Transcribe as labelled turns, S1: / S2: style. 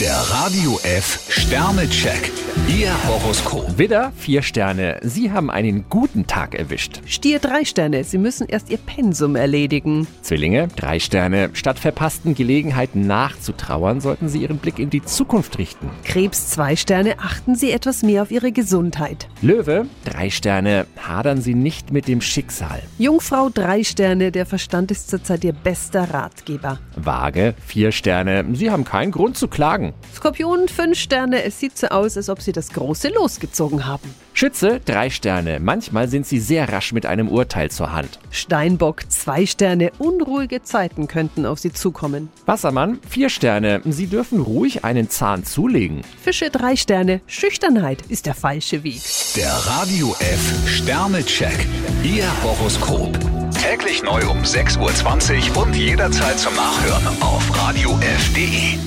S1: Der Radio F Sternecheck. Ihr Horoskop.
S2: Widder, vier Sterne. Sie haben einen guten Tag erwischt.
S3: Stier drei Sterne, Sie müssen erst Ihr Pensum erledigen.
S2: Zwillinge, drei Sterne. Statt verpassten Gelegenheiten nachzutrauern, sollten Sie Ihren Blick in die Zukunft richten.
S3: Krebs zwei Sterne, achten Sie etwas mehr auf Ihre Gesundheit.
S2: Löwe, drei Sterne. Hadern Sie nicht mit dem Schicksal.
S3: Jungfrau drei Sterne, der Verstand ist zurzeit Ihr bester Ratgeber.
S2: Waage, vier Sterne. Sie haben keinen Grund zu klagen.
S3: Skorpion fünf Sterne, es sieht so aus, als ob Sie das große losgezogen haben.
S2: Schütze, drei Sterne. Manchmal sind Sie sehr rasch mit einem Urteil zur Hand.
S3: Steinbock zwei Sterne, unruhige Zeiten könnten auf Sie zukommen.
S2: Wassermann, vier Sterne. Sie dürfen ruhig einen Zahn zulegen.
S3: Fische drei Sterne, Schüchternheit ist der falsche Weg.
S1: Der Radio F Sternecheck. Ihr Horoskop. Täglich neu um 6.20 Uhr und jederzeit zum Nachhören auf Radio radiof.de.